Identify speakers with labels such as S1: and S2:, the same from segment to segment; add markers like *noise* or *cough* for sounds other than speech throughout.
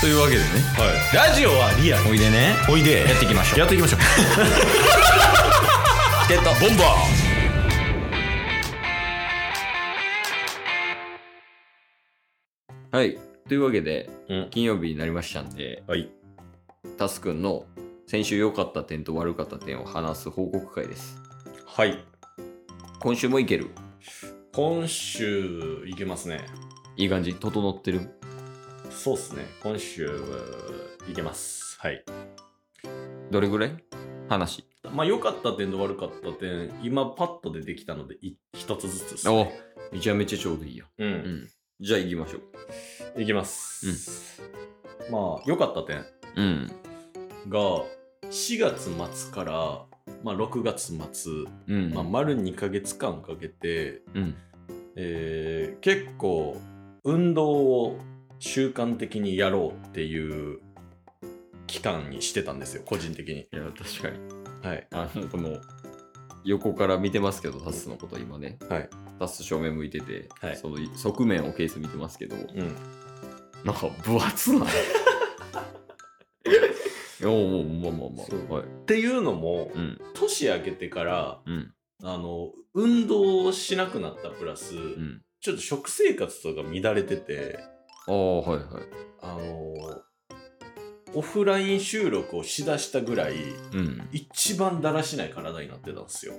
S1: というわけでね
S2: ラジオはリアル
S1: おいでね
S2: おいで
S1: やっていきましょう
S2: やっていきましょう
S1: チケットボンバーはいというわけで、
S2: うん
S1: 金曜日になりましたんで
S2: はい
S1: タスくんの先週良かった点と悪かった点を話す報告会です
S2: はい
S1: 今週もいける
S2: 今週いけますね
S1: いい感じ整ってる
S2: そうっすね今週いけますはい
S1: どれぐらい話
S2: まあ良かった点と悪かった点今パッと出てきたのでい一つずつです、
S1: お
S2: ね、
S1: めちゃめちゃちょうどいいや
S2: うん、
S1: うんじゃあ行きましょう
S2: いきます、まあ良かった点
S1: うん
S2: が4月末から、まあ、6月末、
S1: うん
S2: まあ、丸2ヶ月間かけて、
S1: うん
S2: えー結構運動を習慣的にやろうっていう期間にしてたんですよ個人的に
S1: いや確かに
S2: はい
S1: あのこの横から見てますけどタスのこと今ね
S2: はい
S1: タス正面向いてて、
S2: はい
S1: その側面をケース見てますけど
S2: うん
S1: なんか分厚 *laughs* ないいやもうまあまあま
S2: そう
S1: あはい
S2: っていうのも
S1: うん
S2: 年明けてから
S1: うん
S2: あの運動をしなくなったプラス、
S1: うん
S2: ちょっと食生活とか乱れてて
S1: ああはいはい
S2: あのオフライン収録をしだしたぐらい
S1: うん
S2: 一番だらしない体になってたんですよ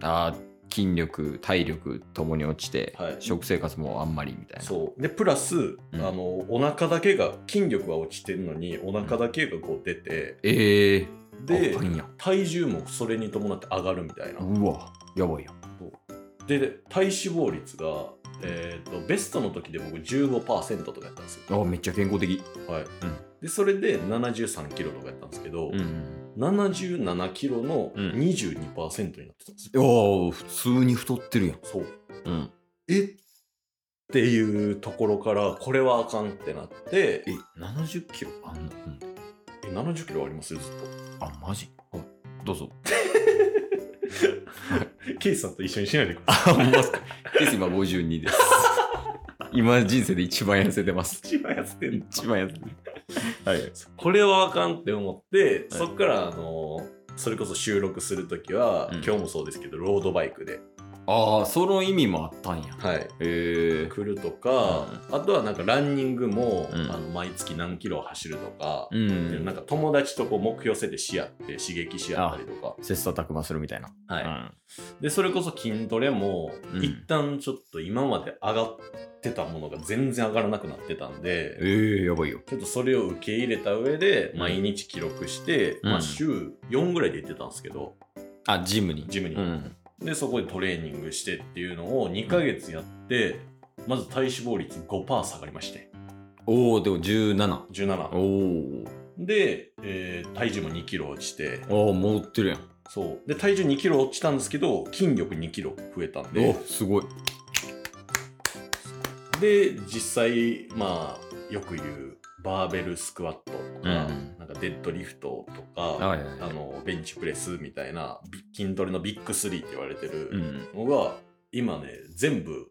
S1: あー筋力体力ともに落ちて、
S2: はい
S1: 食生活もあんまりみたいな
S2: そうでプラス、あのお腹だけが筋力は落ちてるのにお腹だけがこう出て、
S1: ええ
S2: で
S1: あかんやん
S2: 体重もそれに伴って上がるみたいな、
S1: うわやばいやん
S2: で体脂肪率が、えー、とベストの時で僕15%とかやったんですよ、
S1: あめっちゃ健康的
S2: はいでそれで73キロとかやったんですけど、
S1: ん
S2: 77キロの
S1: うん
S2: 22%になってたんですよ、
S1: あ普通に太ってるやん
S2: そう
S1: うん
S2: えっていうところからこれはあかんってなって
S1: え70キロあんの、うん
S2: え70キロありますよずっと
S1: あ、マジはい。どうぞ。 *laughs*
S2: ケイスさんと一緒にしないでください。
S1: あ、ほんまっすか。です、今52です。 *laughs* 今人生で一番痩せてます。
S2: 一番痩せてんの
S1: 一番痩せてる。はい。
S2: これはあかんって思って、そっからあのーそれこそ収録するときは、
S1: うん
S2: 今日もそうですけどロードバイクで、
S1: ああ、その意味もあったんや。
S2: はい、
S1: へえ。
S2: 来るとか、あとはなんかランニングも、
S1: うん
S2: あの毎月何キロ走るとか、
S1: う
S2: でなん
S1: ん。
S2: か友達とこう目標設定し合って刺激し合ったりとか、
S1: 切磋琢磨するみたいな。
S2: はい
S1: うん
S2: でそれこそ筋トレも、
S1: うん
S2: 一旦ちょっと今まで上がってたものが全然上がらなくなってたんで、
S1: ええ、やばいよ。
S2: ちょっとそれを受け入れた上で
S1: うん
S2: 毎日記録して、
S1: うん
S2: まあ、週4ぐらいで行ってたんですけど
S1: あ、ジムに。
S2: ジムに、
S1: うん。
S2: でそこでトレーニングしてっていうのを2ヶ月やって、まず体脂肪率5%下がりまして
S1: おお、でも17。お
S2: 17
S1: お。
S2: で、えー体重も2キロ落ちて
S1: ああ、戻ってるやん。
S2: そうで体重2キロ落ちたんですけど筋力2キロ増えたん
S1: お
S2: で
S1: すごい。
S2: で実際まあよく言うバーベルスクワットとか、
S1: うん
S2: なんかデッドリフトとか、
S1: はいはい
S2: あ
S1: はい。
S2: のベンチプレスみたいなビ筋トレのビッグスリーって言われて
S1: う
S2: る
S1: ん。
S2: のが、今ね全部、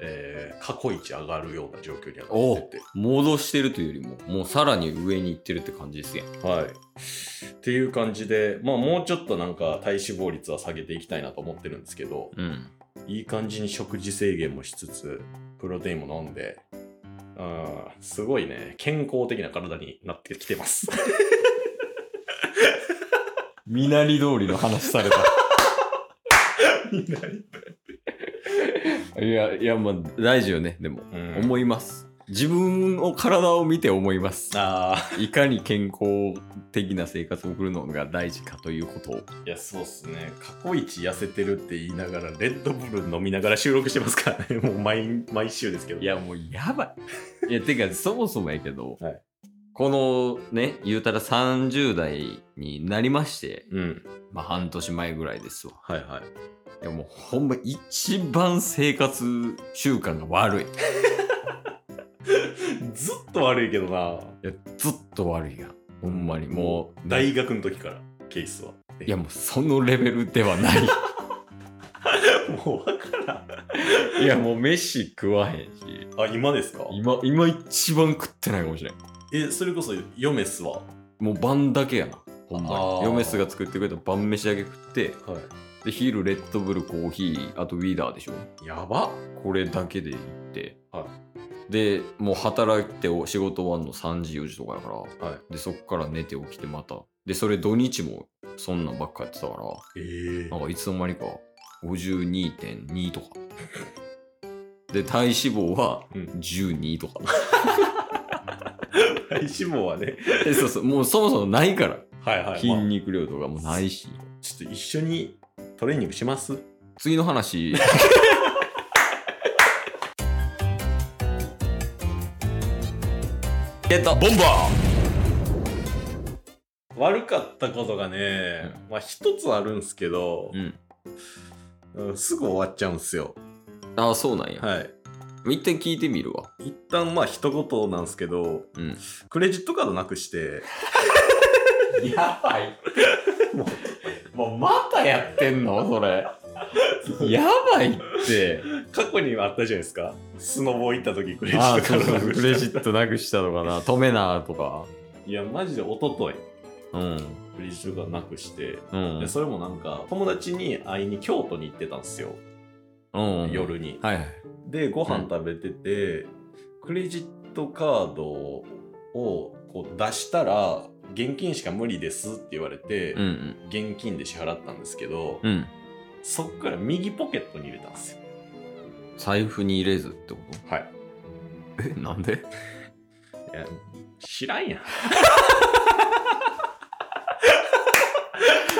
S2: えー過去一上がるような状況に上
S1: お
S2: がっ
S1: お
S2: てて、
S1: 戻してるというよりも、もうさらに上に行ってるって感じですやん。
S2: はい、っていう感じで、まあ、もうちょっとなんか体脂肪率は下げていきたいなと思ってるんですけど
S1: うん。
S2: いい感じに食事制限もしつつプロテインも飲んで。あーすごいね健康的な体になってきてます
S1: *laughs* みなり通りの話 *laughs* された。いや、いや、まあ、大事よね、でも。
S2: うん
S1: 思います。自分の体を見て思います。
S2: あ
S1: いかに健康的な生活を送るのが大事かということを。
S2: ーいやそうっすね過去一痩せてるって言いながらレッドブル飲みながら収録してますからね *laughs* もう毎毎週ですけど
S1: いや、もうやばい。いや、てか、そもそもやけど、
S2: はい
S1: このね、言うたら30代になりまして、
S2: うん
S1: まあ、半年前ぐらいですわ。
S2: はいはい
S1: いやもうほんま一番生活習慣が悪い。い
S2: ずっと悪いけどな
S1: やずっと悪いやん。ほんまにもう。
S2: 大学の時からケースはい
S1: やもうそのレベルではない。
S2: *laughs*
S1: *laughs*
S2: もう分からん
S1: いやもう飯食わへんし。
S2: あ今ですか
S1: 今、今一番食ってないかもしれん。
S2: えそれこそヨメスは、
S1: もう晩だけやなほん
S2: あ
S1: ま
S2: ー
S1: にヨメスが作ってくれた晩飯だけ食って
S2: は
S1: で昼レッドブルコーヒーあとウィーダーでしょ
S2: い、やば
S1: これだけで行って、
S2: は
S1: でもう働いてお仕事終わんの3時4時とかやから、
S2: はい
S1: でそっから寝て起きてまたでそれ土日もそんなんばっかやってたから
S2: えー
S1: なんかいつの間にか52.2とかで体脂肪は
S2: うん、
S1: 12とか
S2: 体脂肪はね、
S1: えそうそうもうそもそもないから
S2: はいはい
S1: 筋
S2: まあ
S1: 肉量とかもないし、
S2: ちょっと一緒にトレーニングします
S1: 次の話ゲットボンバー
S2: 悪かったことがね、まあ一つあるんすけど
S1: う、ん
S2: うんすぐ終わっちゃうんすよ
S1: ああそうなんや、
S2: はい
S1: 一旦聞いてみるわ
S2: 一旦まあ一言なんすけど
S1: うん
S2: クレジットカードなくして
S1: やばい *laughs*
S2: も
S1: もうまたやってんのそれやばいって
S2: 過去にはあったじゃないですかスノボ行った時クレジ
S1: あ
S2: ッ
S1: あそ
S2: トカ
S1: う
S2: ードな
S1: そう
S2: く
S1: ク
S2: し
S1: レジットなくしたのかな止めなとか
S2: たいやマジで一昨日
S1: うん
S2: クレジットカードなくして、
S1: うん
S2: でそれもなんか友達に会いに京都に行ってたんすよ、
S1: うん
S2: 夜に
S1: はいはい
S2: でご飯食べてて、クレジットカードをこう出したら現金しか無理ですって言われて、
S1: うん
S2: 現金で支払ったんですけど、
S1: うんうん
S2: そっから右ポケットに入れたんですよ
S1: 財布に入れずってこと
S2: はい
S1: えなんで
S2: いや知らんやん
S1: *laughs*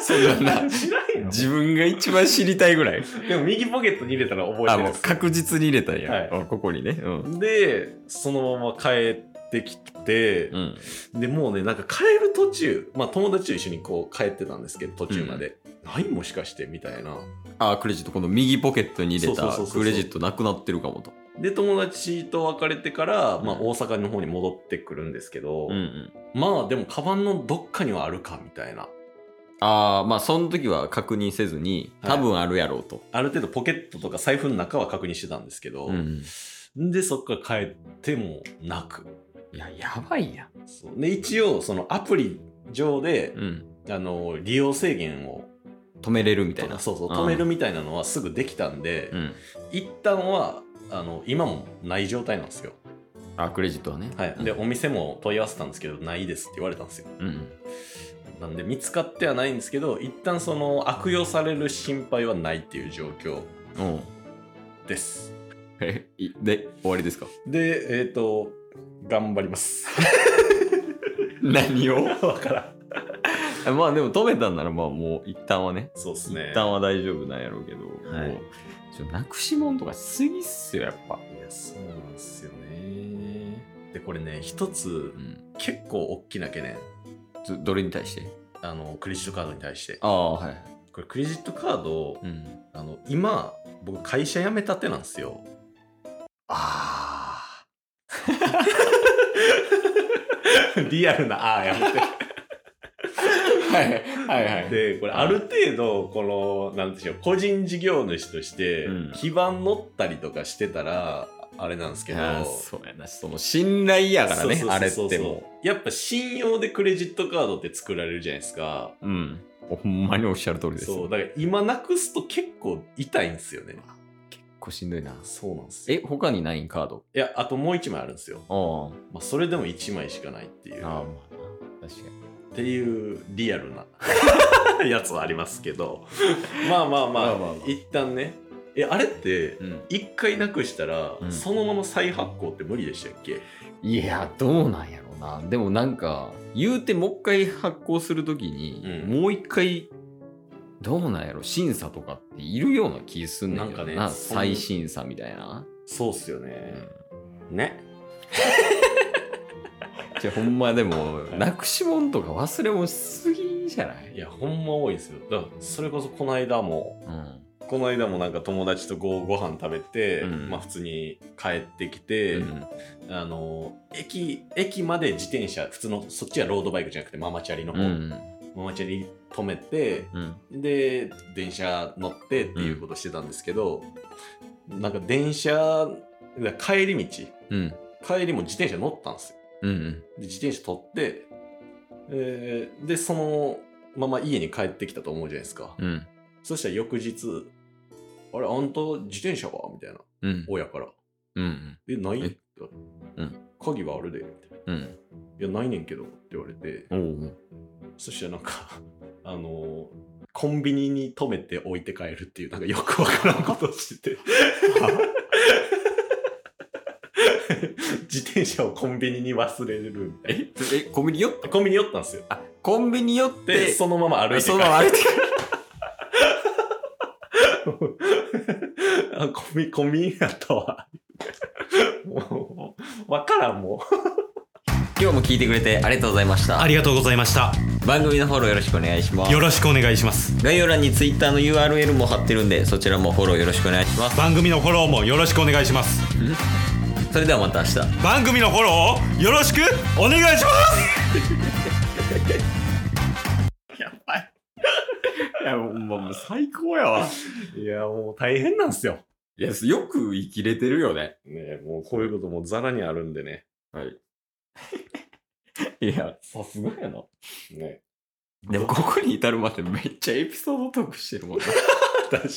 S1: そんな
S2: 知らんやん
S1: 自分が一番知りたいぐらい
S2: でも右ポケットに入れたら覚え
S1: あ
S2: てるん
S1: もう
S2: ですよ
S1: 確実に入れたんや、
S2: はい
S1: あここにねうん、
S2: でそのまま帰ってきて
S1: う、ん、
S2: でもうねなんか帰る途中まあ友達と一緒にこう帰ってたんですけど途中まで、ないもしかしてみたいな
S1: あクレジットこの右ポケットに入れ
S2: そう
S1: た
S2: そうそうそうそう
S1: クレジットなくなってるかもと
S2: で友達と別れてから、まあ、
S1: うん
S2: 大阪の方に戻ってくるんですけど、
S1: うんうん
S2: まあでもカバンのどっかにはあるかみたいな
S1: ああまあその時は確認せずに
S2: はい
S1: 多分あるやろうと、
S2: ある程度ポケットとか財布の中は確認してたんですけど、
S1: うん
S2: でそっから帰ってもなく
S1: いややばいや
S2: そうで一応そのアプリ上で
S1: ん、、うん、
S2: あの利用制限を
S1: 止めれるみたいな
S2: そうそう
S1: うん
S2: 止めるみたいなのはすぐできたんで、
S1: うん
S2: 一旦はあの今もない状態なんですよ、
S1: あクレジットはね
S2: はい、で
S1: で
S2: お店も問い合わせたんですけどないですって言われたんですよ
S1: うん
S2: なんで見つかってはないんですけど一旦その悪用される心配はないっていう状況
S1: うん
S2: です
S1: え *laughs* いで終わり
S2: *laughs*
S1: ですか
S2: でえっ、と頑張ります *laughs*
S1: 何を
S2: わからん
S1: *laughs* まあでも止めたんならまあもう一旦はね
S2: そうです
S1: 一
S2: ね
S1: 旦は大丈夫なんやろうけど、
S2: はい
S1: もうちょなくしもんとかしすぎっすよやっぱ、
S2: いやそうなんですよねでこれね一つ
S1: うん、
S2: 結構大きな懸念
S1: ずどれに対して
S2: あのクレジットカードに対して
S1: ああはい、
S2: これクレジットカードを
S1: うん、
S2: あの今僕会社辞めたてなんで
S1: *laughs*
S2: すよ
S1: あ
S2: リアルなああや *laughs* めて
S1: あ
S2: *laughs*
S1: はいはいはい
S2: でこれある程度このなんていうんでしょう個人事業主として
S1: うん
S2: 基盤乗ったりとかしてたらあれなんですけど、
S1: あーそうやなその信頼やからね
S2: そうそう
S1: あれっ
S2: そう
S1: て
S2: そう
S1: も
S2: やっぱ信用でクレジットカードって作られるじゃないですか
S1: う、ん、ほんまにおっしゃる通りです
S2: そう
S1: 結
S2: だから今なくすと結構痛いんですよね
S1: 構しんどいな
S2: そうなんですよ
S1: え他にないんカード
S2: いやあともう1枚あるんですよ、
S1: あ
S2: まあ、それでも1枚しかないっていう
S1: あああまあ確かに
S2: っていうリアル *laughs* なやつはありますけど *laughs* まあまあまあ,、
S1: まあまあまあ
S2: 一旦ねえあれって
S1: うん
S2: 一回なくしたら、
S1: うん
S2: そのまま再発行って無理でしたっけ
S1: いやどうなんやろうなでもなんか言うてもう一回発行するときに、
S2: うん
S1: もう一回どうなんやろ審査とかっているような気すんねんけど
S2: なん
S1: な
S2: かねそんな
S1: 再審査みたいな、
S2: そうっすよねね
S1: じゃほんまでも
S2: い
S1: なくしもんとか忘れもしすぎじゃない
S2: いやほんま多いですよだからそれこそこの間も
S1: うん
S2: この間もなんか友達とごご飯食べて、
S1: うん
S2: まあ普通に帰ってきて、
S1: うん
S2: あの駅駅まで自転車普通のそっちはロードバイクじゃなくてママチャリの
S1: う
S2: 方、
S1: ん
S2: ママチャリ止めて
S1: うん
S2: で電車乗ってっていうことしてたんですけど、なんか電車帰り道
S1: うん
S2: 帰りも自転車乗ったんですよ
S1: うん
S2: で自転車取って、えーでそのまま家に帰ってきたと思うじゃないですか、
S1: うんうん
S2: そしたら翌日「あれあんた自転車は?」みたいな
S1: うん
S2: 親から
S1: うん
S2: 「えない?」
S1: え
S2: って言われて
S1: う
S2: 鍵はあるで」みたいな
S1: うん
S2: いやないねんけど」って言われて
S1: おう
S2: そしたらなんかあのーコンビニに止めて置いて帰るっていうなんかよくわからんことをしてて
S3: *laughs*
S2: 自転車をコンビニに忘れるみたい
S1: ええコンビニ寄っ
S2: なコンビニ寄ったんですよ
S1: あコンビニ寄っ
S2: で
S1: て
S2: そのまま歩いて
S1: そのまま歩いて
S2: あコンビコンビニやったわ。 *laughs* もう、わからんもう。
S1: 今日も聞いてくれてありがとうございました
S3: ありがとうございました。
S1: 番組のフォローよろしくお願いします
S3: よろしくお願いします。
S1: 概要欄に Twitter の URL も貼ってるんでそちらもフォローよろしくお願いします
S3: 番組のフォローもよろしくお願いします。
S1: それではまた明日
S3: 番組のフォローをよろしくお願いします
S2: やばい。
S1: いやもうもう最高やわ
S2: いや、もう大変なんすよ。
S1: いやよく生きれてるよね
S2: ねもうこういうこともザラにあるんでね。
S1: はい *laughs* いやさすがやな
S2: ね
S1: でもここに至るまでめっちゃエピソードトークしてるもんな
S2: 確かに。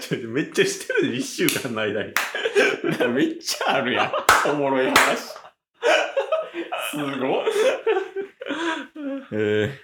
S2: ちょっとめっちゃしてるで、1週間の間に。
S1: *laughs* めっちゃあるやん。おも *laughs* ろい話。すごい。えー